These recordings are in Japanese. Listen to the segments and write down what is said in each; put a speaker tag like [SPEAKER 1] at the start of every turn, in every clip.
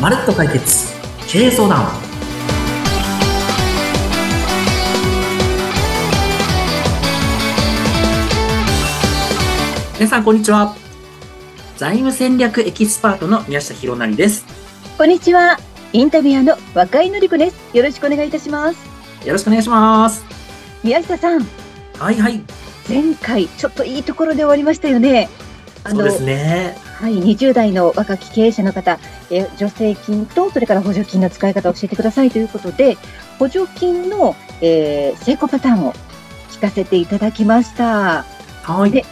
[SPEAKER 1] まるっと解決経営相談皆さんこんにちは財務戦略エキスパートの宮下博成です
[SPEAKER 2] こんにちは。インタビュアーの若井のり子です。よろしくお願いいたします。
[SPEAKER 1] よろしくお願いします
[SPEAKER 2] 宮下さん、
[SPEAKER 1] はいはい
[SPEAKER 2] 前回ちょっといいところで終わりましたよね。あ
[SPEAKER 1] そう
[SPEAKER 2] の、
[SPEAKER 1] ですね
[SPEAKER 2] はい、20代の若き経営者の方、え助成金とそれから補助金の使い方を教えてくださいということで、補助金の、えー成功パターンを聞かせていただきました。
[SPEAKER 1] はい
[SPEAKER 2] で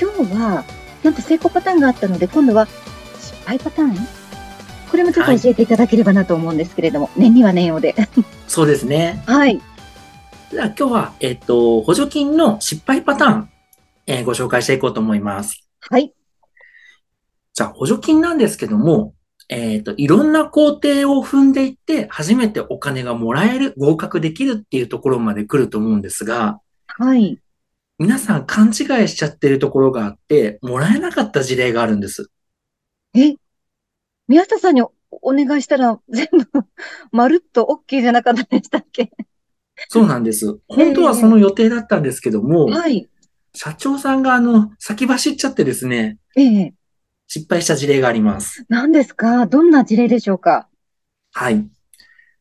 [SPEAKER 2] 今日はなんと成功パターンがあったので、今度は失敗パターン。これもちょっと教えていただければなと思うんですけれども、年には年をで。
[SPEAKER 1] そうですね
[SPEAKER 2] はい。
[SPEAKER 1] じゃあ今日はえっと補助金の失敗パターン、えーご紹介していこうと思います
[SPEAKER 2] はい。
[SPEAKER 1] じゃあ、補助金なんですけども、えっ、と、いろんな工程を踏んでいって、初めてお金がもらえる、合格できるっていうところまで来ると思うんですが、
[SPEAKER 2] はい。
[SPEAKER 1] 皆さん勘違いしちゃってるところがあって、もらえなかった事例があるんです。
[SPEAKER 2] え、宮下さんにお、お願いしたら 全部まるっと OK じゃなかったでしたっけ
[SPEAKER 1] そうなんです。本当はその予定だったんですけども、
[SPEAKER 2] はい。
[SPEAKER 1] 社長さんがあの、先走っちゃってですね、
[SPEAKER 2] ええ。
[SPEAKER 1] 失敗した事例があります。
[SPEAKER 2] 何ですかどんな事例でしょうか
[SPEAKER 1] はい。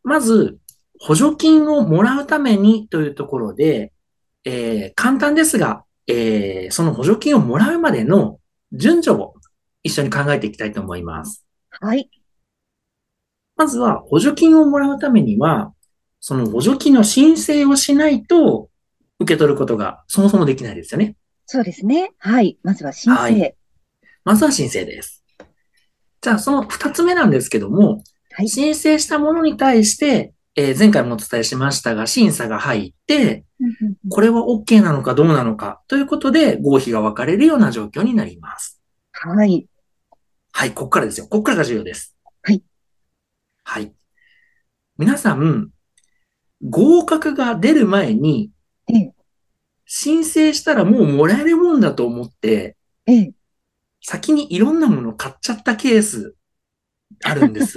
[SPEAKER 1] まず、補助金をもらうためにというところで、えー簡単ですが、えーその補助金をもらうまでの順序を一緒に考えていきたいと思います。
[SPEAKER 2] はい。
[SPEAKER 1] まずは、補助金をもらうためには、その補助金の申請をしないと受け取ることがそもそもできないですよね。
[SPEAKER 2] そうですね。はい。まずは申
[SPEAKER 1] は
[SPEAKER 2] 請
[SPEAKER 1] い。まずは申請です。じゃあ、その二つ目なんですけども、
[SPEAKER 2] はい
[SPEAKER 1] 申請したものに対して、えー前回もお伝えしましたが、審査が入って、
[SPEAKER 2] うんうんうん
[SPEAKER 1] これは OK なのかどうなのかということで、合否が分かれるような状況になります。
[SPEAKER 2] はい。
[SPEAKER 1] はい、ここからですよ。ここからが重要です。
[SPEAKER 2] はい。
[SPEAKER 1] はい。皆さん、合格が出る前に
[SPEAKER 2] ええ、
[SPEAKER 1] 申請したらもうもらえるもんだと思って、
[SPEAKER 2] ええ。
[SPEAKER 1] 先にいろんなものを買っちゃったケース、あるん です。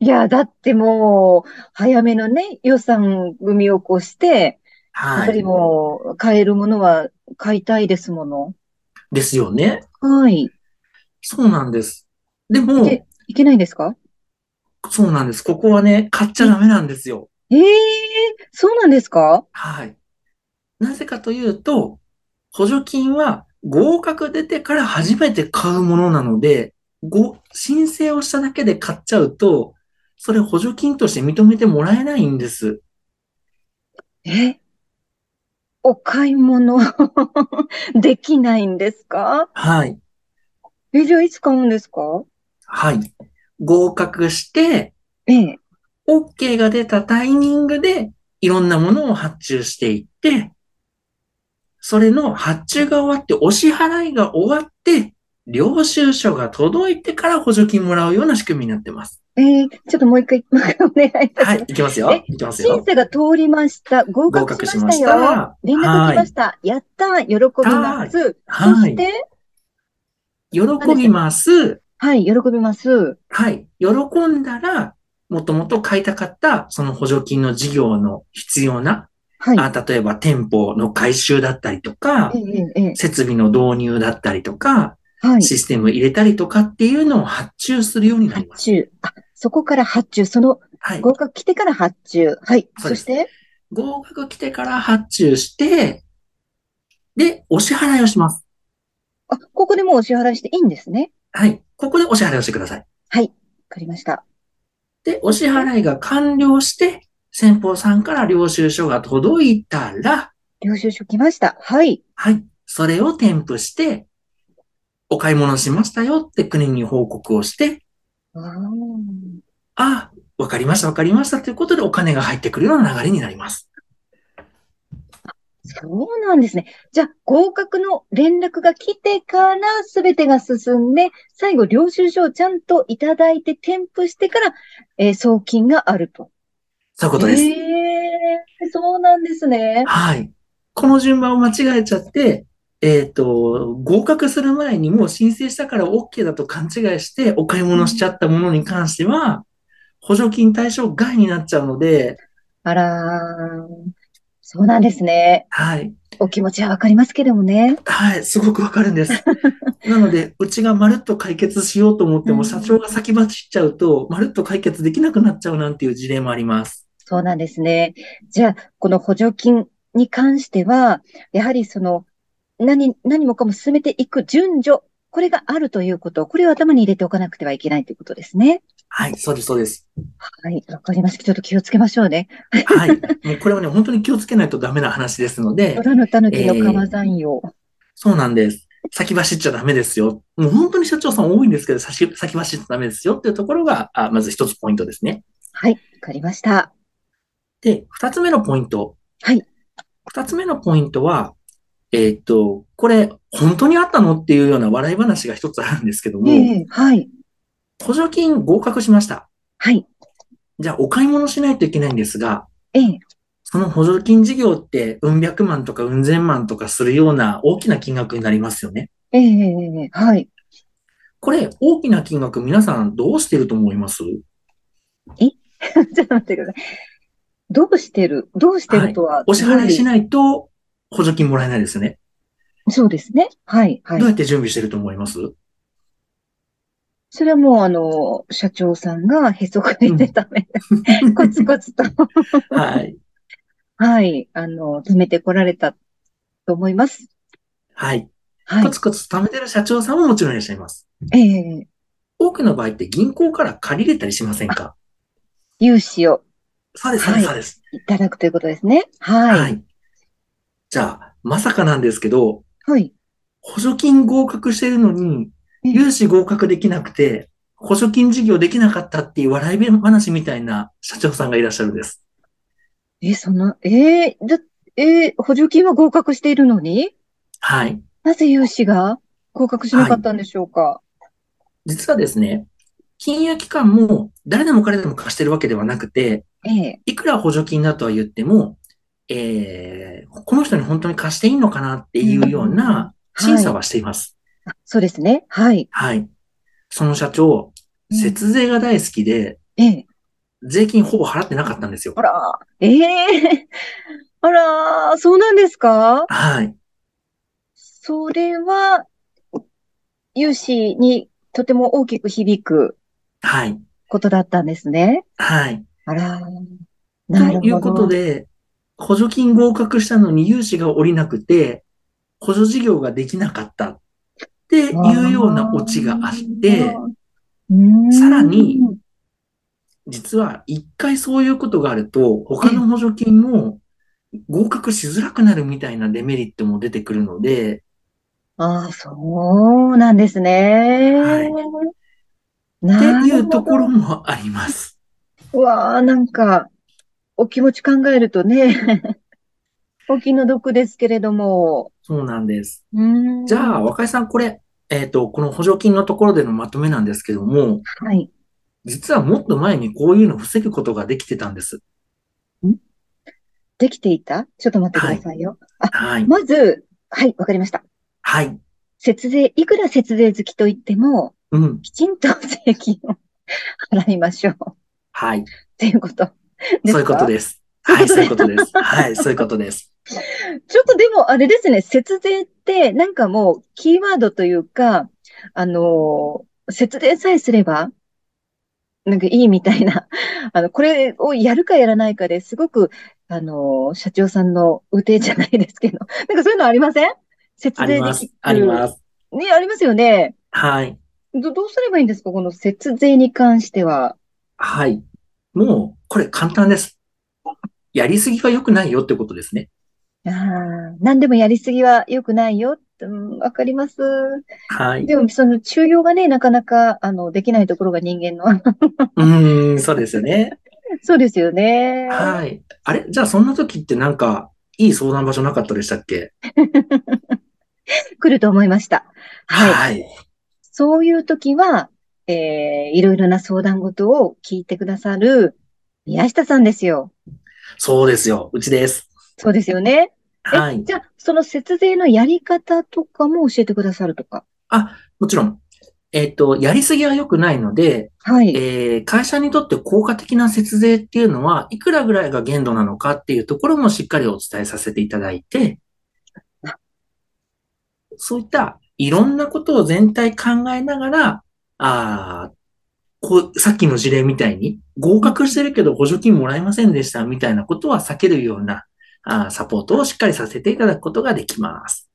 [SPEAKER 2] いや、だってもう、早めのね、予算組をこうして、やっ
[SPEAKER 1] は
[SPEAKER 2] ぱり
[SPEAKER 1] い。
[SPEAKER 2] もう、買えるものは買いたいですもの。
[SPEAKER 1] ですよね。
[SPEAKER 2] はい。
[SPEAKER 1] そうなんです。でも、
[SPEAKER 2] でいけないんですか
[SPEAKER 1] そうなんです。ここはね、買っちゃダメなんですよ。
[SPEAKER 2] ええ、そうなんですか
[SPEAKER 1] はい。なぜかというと、補助金は合格出てから初めて買うものなので、ご、申請をしただけで買っちゃうと、それ補助金として認めてもらえないんです。
[SPEAKER 2] え、お買い物 できないんですか
[SPEAKER 1] はい。
[SPEAKER 2] え、じゃあいつ買うんですか
[SPEAKER 1] はい。合格して、
[SPEAKER 2] ええ。
[SPEAKER 1] OK が出たタイミングで、いろんなものを発注していって、それの発注が終わって、お支払いが終わって、領収書が届いてから補助金もらうような仕組みになってます。
[SPEAKER 2] ええ、ちょっともう一回、もう一回お願いいたし
[SPEAKER 1] は
[SPEAKER 2] ま
[SPEAKER 1] い、
[SPEAKER 2] す。
[SPEAKER 1] いきますよ
[SPEAKER 2] え。
[SPEAKER 1] いきます
[SPEAKER 2] 審
[SPEAKER 1] よ。
[SPEAKER 2] 査が通りました。合
[SPEAKER 1] 合
[SPEAKER 2] 格
[SPEAKER 1] 格
[SPEAKER 2] し
[SPEAKER 1] し
[SPEAKER 2] ま
[SPEAKER 1] ま
[SPEAKER 2] し
[SPEAKER 1] した
[SPEAKER 2] よ。
[SPEAKER 1] た。
[SPEAKER 2] 連絡来ました。やったー。喜びます。そ
[SPEAKER 1] は
[SPEAKER 2] し
[SPEAKER 1] い。
[SPEAKER 2] て、
[SPEAKER 1] 喜びます。
[SPEAKER 2] はい、喜びます。
[SPEAKER 1] はい。喜んだら、もともと買いたかった、その補助金の事業の必要な、
[SPEAKER 2] はい。
[SPEAKER 1] あ例えば店舗の改修だったりとか
[SPEAKER 2] え、え、ええ、
[SPEAKER 1] 設備の導入だったりとか、
[SPEAKER 2] はい。
[SPEAKER 1] システム入れたりとかっていうのを発注するようになり
[SPEAKER 2] 発
[SPEAKER 1] ます。
[SPEAKER 2] 注。あ、そこから発注。その
[SPEAKER 1] はい。
[SPEAKER 2] 合格来てから発注。はい。
[SPEAKER 1] そう
[SPEAKER 2] そ
[SPEAKER 1] です
[SPEAKER 2] して、
[SPEAKER 1] 合格来てから発注して、で、お支払いをします。
[SPEAKER 2] あ、ここでもうお支払いしていいんですね。
[SPEAKER 1] はい。ここでお支払いをしてください。
[SPEAKER 2] はい。わかりました。
[SPEAKER 1] で、お支払いが完了して、先方さんから領収書が届いたら、
[SPEAKER 2] 領収書来ました。はい。
[SPEAKER 1] はい、それを添付して、お買い物しましたよって国に報告をして、
[SPEAKER 2] ああ、
[SPEAKER 1] ああ、わかりました、わかりましたということでお金が入ってくるような流れになります。
[SPEAKER 2] そうなんですね。じゃあ、合格の連絡が来てから、すべてが進んで、最後、領収書をちゃんといただいて添付してから、えー送金があると。
[SPEAKER 1] そういうことです。
[SPEAKER 2] ええそうなんですね。
[SPEAKER 1] はい。この順番を間違えちゃって、えっと、合格する前にもう申請したから OK だと勘違いしてお買い物しちゃったものに関しては、補助金対象外になっちゃうので、
[SPEAKER 2] あらー、そうなんですね。
[SPEAKER 1] はい。
[SPEAKER 2] お気持ちはわかりますけどもね。
[SPEAKER 1] はい、すごくわかるん です。なので、うちがまるっと解決しようと思って
[SPEAKER 2] うん
[SPEAKER 1] も、社長が先走っちゃうと、まるっと解決できなくなっちゃうなんていう事例もあります。
[SPEAKER 2] そうなんですね。じゃあ、この補助金に関しては、やはりその、何、何もかも進めていく順序、これがあるということ、これを頭に入れておかなくてはいけないということですね。
[SPEAKER 1] はい、そうです、そうです。
[SPEAKER 2] はい、わかりました。ちょっと気をつけましょうね。
[SPEAKER 1] はい。もうこれはね、本当に気をつけないとダメな話ですので、
[SPEAKER 2] 虎の狸の川山用。
[SPEAKER 1] そうなんです。先走っちゃダメですよ。もう本当に社長さん多いんですけど、先先走っちゃダメですよっていうところが、あまず一つポイントですね。
[SPEAKER 2] はい、わかりました。
[SPEAKER 1] で、二つ目のポイント。
[SPEAKER 2] はい。
[SPEAKER 1] 二つ目のポイントは、えーっと、これ、本当にあったのっていうような笑い話が一つあるんですけども、
[SPEAKER 2] ええ、はい、
[SPEAKER 1] 補助金合格しました。
[SPEAKER 2] はい、
[SPEAKER 1] じゃあ、お買い物しないといけないんですが、
[SPEAKER 2] ええ、
[SPEAKER 1] その補助金事業って、うん百万とかうん千万とかするような大きな金額になりますよね。
[SPEAKER 2] ええええ、はい。
[SPEAKER 1] これ、大きな金額、皆さんどうしてると思います
[SPEAKER 2] ちょっと待ってください。どうしてるどうしてるとは、
[SPEAKER 1] お支払いしないと補助金もらえないですよね。
[SPEAKER 2] そうですね。はい、は
[SPEAKER 1] ど。
[SPEAKER 2] いう
[SPEAKER 1] やって準備してると思い ます
[SPEAKER 2] それはもう、あの、社長さんがへそくりでた め、コツコツと、
[SPEAKER 1] はい。
[SPEAKER 2] はい、あの、詰めてこられたと思います。
[SPEAKER 1] はい。
[SPEAKER 2] は
[SPEAKER 1] コ
[SPEAKER 2] い。
[SPEAKER 1] ツコツ貯めてる社長さんももちろんいらっしゃいます。
[SPEAKER 2] ええ
[SPEAKER 1] 多くの場合って銀行から借りれたりしませんか
[SPEAKER 2] 融資を
[SPEAKER 1] そうです、そうです、そうです。
[SPEAKER 2] いただくということですね。は。
[SPEAKER 1] はいい。じゃあ、まさかなんですけど、
[SPEAKER 2] はい。
[SPEAKER 1] 補助金合格してるのに、
[SPEAKER 2] うん
[SPEAKER 1] 融資合格できなくて、補助金事業できなかったっていう笑い話みたいな社長さんがいらっしゃるんです。
[SPEAKER 2] え、その、えー、だ、えー補助金は合格しているのに、
[SPEAKER 1] はい。
[SPEAKER 2] なぜ融資が合格しなかったんでしょうか。
[SPEAKER 1] 実はですね、金融機関も誰でも彼でも貸してるわけではなくて、
[SPEAKER 2] ええ
[SPEAKER 1] いくら補助金だとは言っても、えー、この人に本当に貸していいのかなっていうような審査
[SPEAKER 2] はい。
[SPEAKER 1] はしています。
[SPEAKER 2] あそうですね。はい。
[SPEAKER 1] はい。その社長、
[SPEAKER 2] うん
[SPEAKER 1] 節税が大好きで、
[SPEAKER 2] ええ
[SPEAKER 1] 税金ほぼ払ってなかったんですよ
[SPEAKER 2] あ。ら、ええあら、そうなんですか
[SPEAKER 1] はい。
[SPEAKER 2] それは、融資にとても大きく響く
[SPEAKER 1] はい。
[SPEAKER 2] ことだったんですね。
[SPEAKER 1] はい。
[SPEAKER 2] あら、
[SPEAKER 1] と
[SPEAKER 2] なるほど。
[SPEAKER 1] いうことで、補助金合格したのに融資が下りなくて、補助事業ができなかったっていうようなオチがあって、
[SPEAKER 2] うん、
[SPEAKER 1] さらに実は一回そういうことがあると、他の補助金も合格しづらくなるみたいなデメリットも出てくるので、
[SPEAKER 2] ああ、そうなんですね。
[SPEAKER 1] はいっ
[SPEAKER 2] な
[SPEAKER 1] てい
[SPEAKER 2] る
[SPEAKER 1] うところ
[SPEAKER 2] ほ
[SPEAKER 1] もあります。
[SPEAKER 2] ど。うわあ、なんか、お気持ち考えるとね、 お気の毒ですけれども。
[SPEAKER 1] そうなんです。
[SPEAKER 2] うん
[SPEAKER 1] じゃあ、若井さん、これ、えっと、この補助金のところでのまとめなんですけども、
[SPEAKER 2] はい。
[SPEAKER 1] 実はもっと前にこういうのを防ぐことができてたんです。
[SPEAKER 2] できていたちょっと待ってくださいよ。
[SPEAKER 1] はい。
[SPEAKER 2] まず、はい、わかりました。
[SPEAKER 1] はい。
[SPEAKER 2] 節税、いくら節税好きと言っても、
[SPEAKER 1] うん。
[SPEAKER 2] きちんと税金を払いましょう。 っ
[SPEAKER 1] はい。
[SPEAKER 2] ていうことですか
[SPEAKER 1] そういうことです。
[SPEAKER 2] か
[SPEAKER 1] はい、そういうこと です。はい、そういうことです。
[SPEAKER 2] ちょっとでも、あれですね、節税って、なんかもう、キーワードというか、あのー節税さえすれば、なんかいいみたいな、 あの、これをやるかやらないかですごく、あのー社長さんの予定じゃないですけど、なんかそういうのありません節
[SPEAKER 1] あ
[SPEAKER 2] 税
[SPEAKER 1] り
[SPEAKER 2] で
[SPEAKER 1] ます
[SPEAKER 2] き。
[SPEAKER 1] あります。
[SPEAKER 2] ね、ありますよね。
[SPEAKER 1] はい。
[SPEAKER 2] ど、どうすればいいんですかこの節税に関しては。
[SPEAKER 1] はい。もう、これ簡単です。やりすぎが良くないよってことですね。
[SPEAKER 2] ああ、何でもやりすぎは良くないよ。うん、わかります。
[SPEAKER 1] はい。
[SPEAKER 2] でも、その中庸がね、なかなか、あの、できないところが人間の。
[SPEAKER 1] うーん、そうですよね。
[SPEAKER 2] そうですよね。
[SPEAKER 1] はい。あれじゃあそんな時ってなんか、いい相談場所なかったでしたっけ
[SPEAKER 2] 来ると思いました。は
[SPEAKER 1] は
[SPEAKER 2] い。
[SPEAKER 1] い。
[SPEAKER 2] そういう時は、えー、いろいろな相談事を聞いてくださる宮下さんですよ。
[SPEAKER 1] そうですよ。うちです。
[SPEAKER 2] そうですよね。
[SPEAKER 1] は
[SPEAKER 2] え
[SPEAKER 1] い。
[SPEAKER 2] じゃあ、その節税のやり方とかも教えてくださるとか。
[SPEAKER 1] もちろん、えっと、やりすぎは良くないので、
[SPEAKER 2] はい。
[SPEAKER 1] えー会社にとって効果的な節税っていうのは、いくらぐらいが限度なのかっていうところもしっかりお伝えさせていただいて
[SPEAKER 2] あ、
[SPEAKER 1] そういったいろんなことを全体考えながら、あーこう、さっきの事例みたいに、合格してるけど補助金もらえませんでしたみたいなことは避けるような、あーサポートをしっかりさせていただくことができます。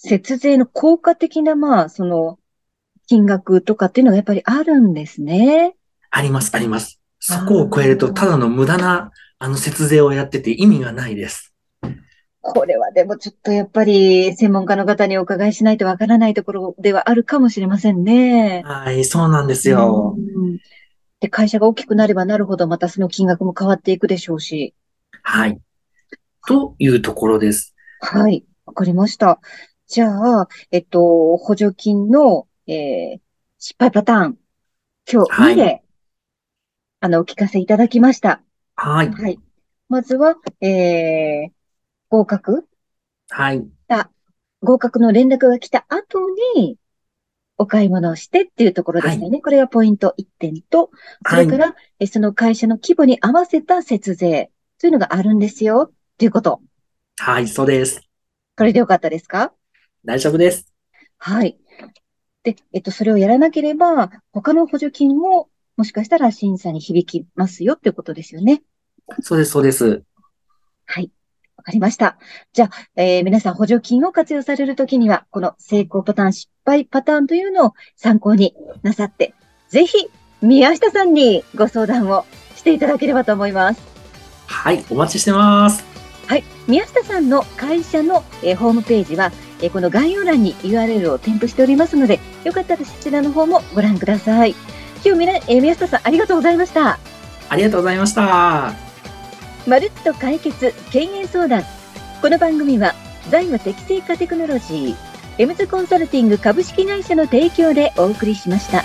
[SPEAKER 2] 節税の効果的な、まあ、その、金額とかっていうのがやっぱりあるんですね。
[SPEAKER 1] あります、あります。そこを超えると、ただの無駄な、あの、節税をやってて意味がないです。
[SPEAKER 2] これはでもちょっとやっぱり専門家の方にお伺いしないとわからないところではあるかもしれませんね。
[SPEAKER 1] はい、そうなんですよ。
[SPEAKER 2] うんで、会社が大きくなればなるほどまたその金額も変わっていくでしょうし。
[SPEAKER 1] はい。というところです。
[SPEAKER 2] はい、わかりました。じゃあ、えっと、補助金の、えー失敗パターン、今日
[SPEAKER 1] はい
[SPEAKER 2] 2例、あの、お聞かせいただきました。
[SPEAKER 1] はい、
[SPEAKER 2] はい。まずは、えー合格
[SPEAKER 1] はい、
[SPEAKER 2] 合格の連絡が来た後に、お買い物をしてっていうところですよね。これがポイント1点と、そ
[SPEAKER 1] は
[SPEAKER 2] れ
[SPEAKER 1] い
[SPEAKER 2] か、ら、えその会社の規模に合わせた節税というのがあるんですよっていうこと。
[SPEAKER 1] はい、そうです。
[SPEAKER 2] これでよかったですか
[SPEAKER 1] 大丈夫です。
[SPEAKER 2] はい。で、えっと、それをやらなければ、他の補助金も、もしかしたら審査に響きますよっていうことですよね。
[SPEAKER 1] そうです、そうです。
[SPEAKER 2] はい。わかりました。じゃあ、えー皆さん補助金を活用されるときには、この成功パターン、失敗パターンというのを参考になさって、ぜひ、宮下さんにご相談をしていただければと思います。
[SPEAKER 1] はい、お待ちしてます。
[SPEAKER 2] はい。宮下さんの会社の、えーホームページは、えーこの概要欄に URL を添付しておりますので、よかったらそちらの方もご覧ください。今日みな、えー宮下さんありがとうございました。
[SPEAKER 1] ありがとうございました。
[SPEAKER 2] まるっと解決経営相談この番組は財務適正化テクノロジーエムズコンサルティング株式会社の提供でお送りしました。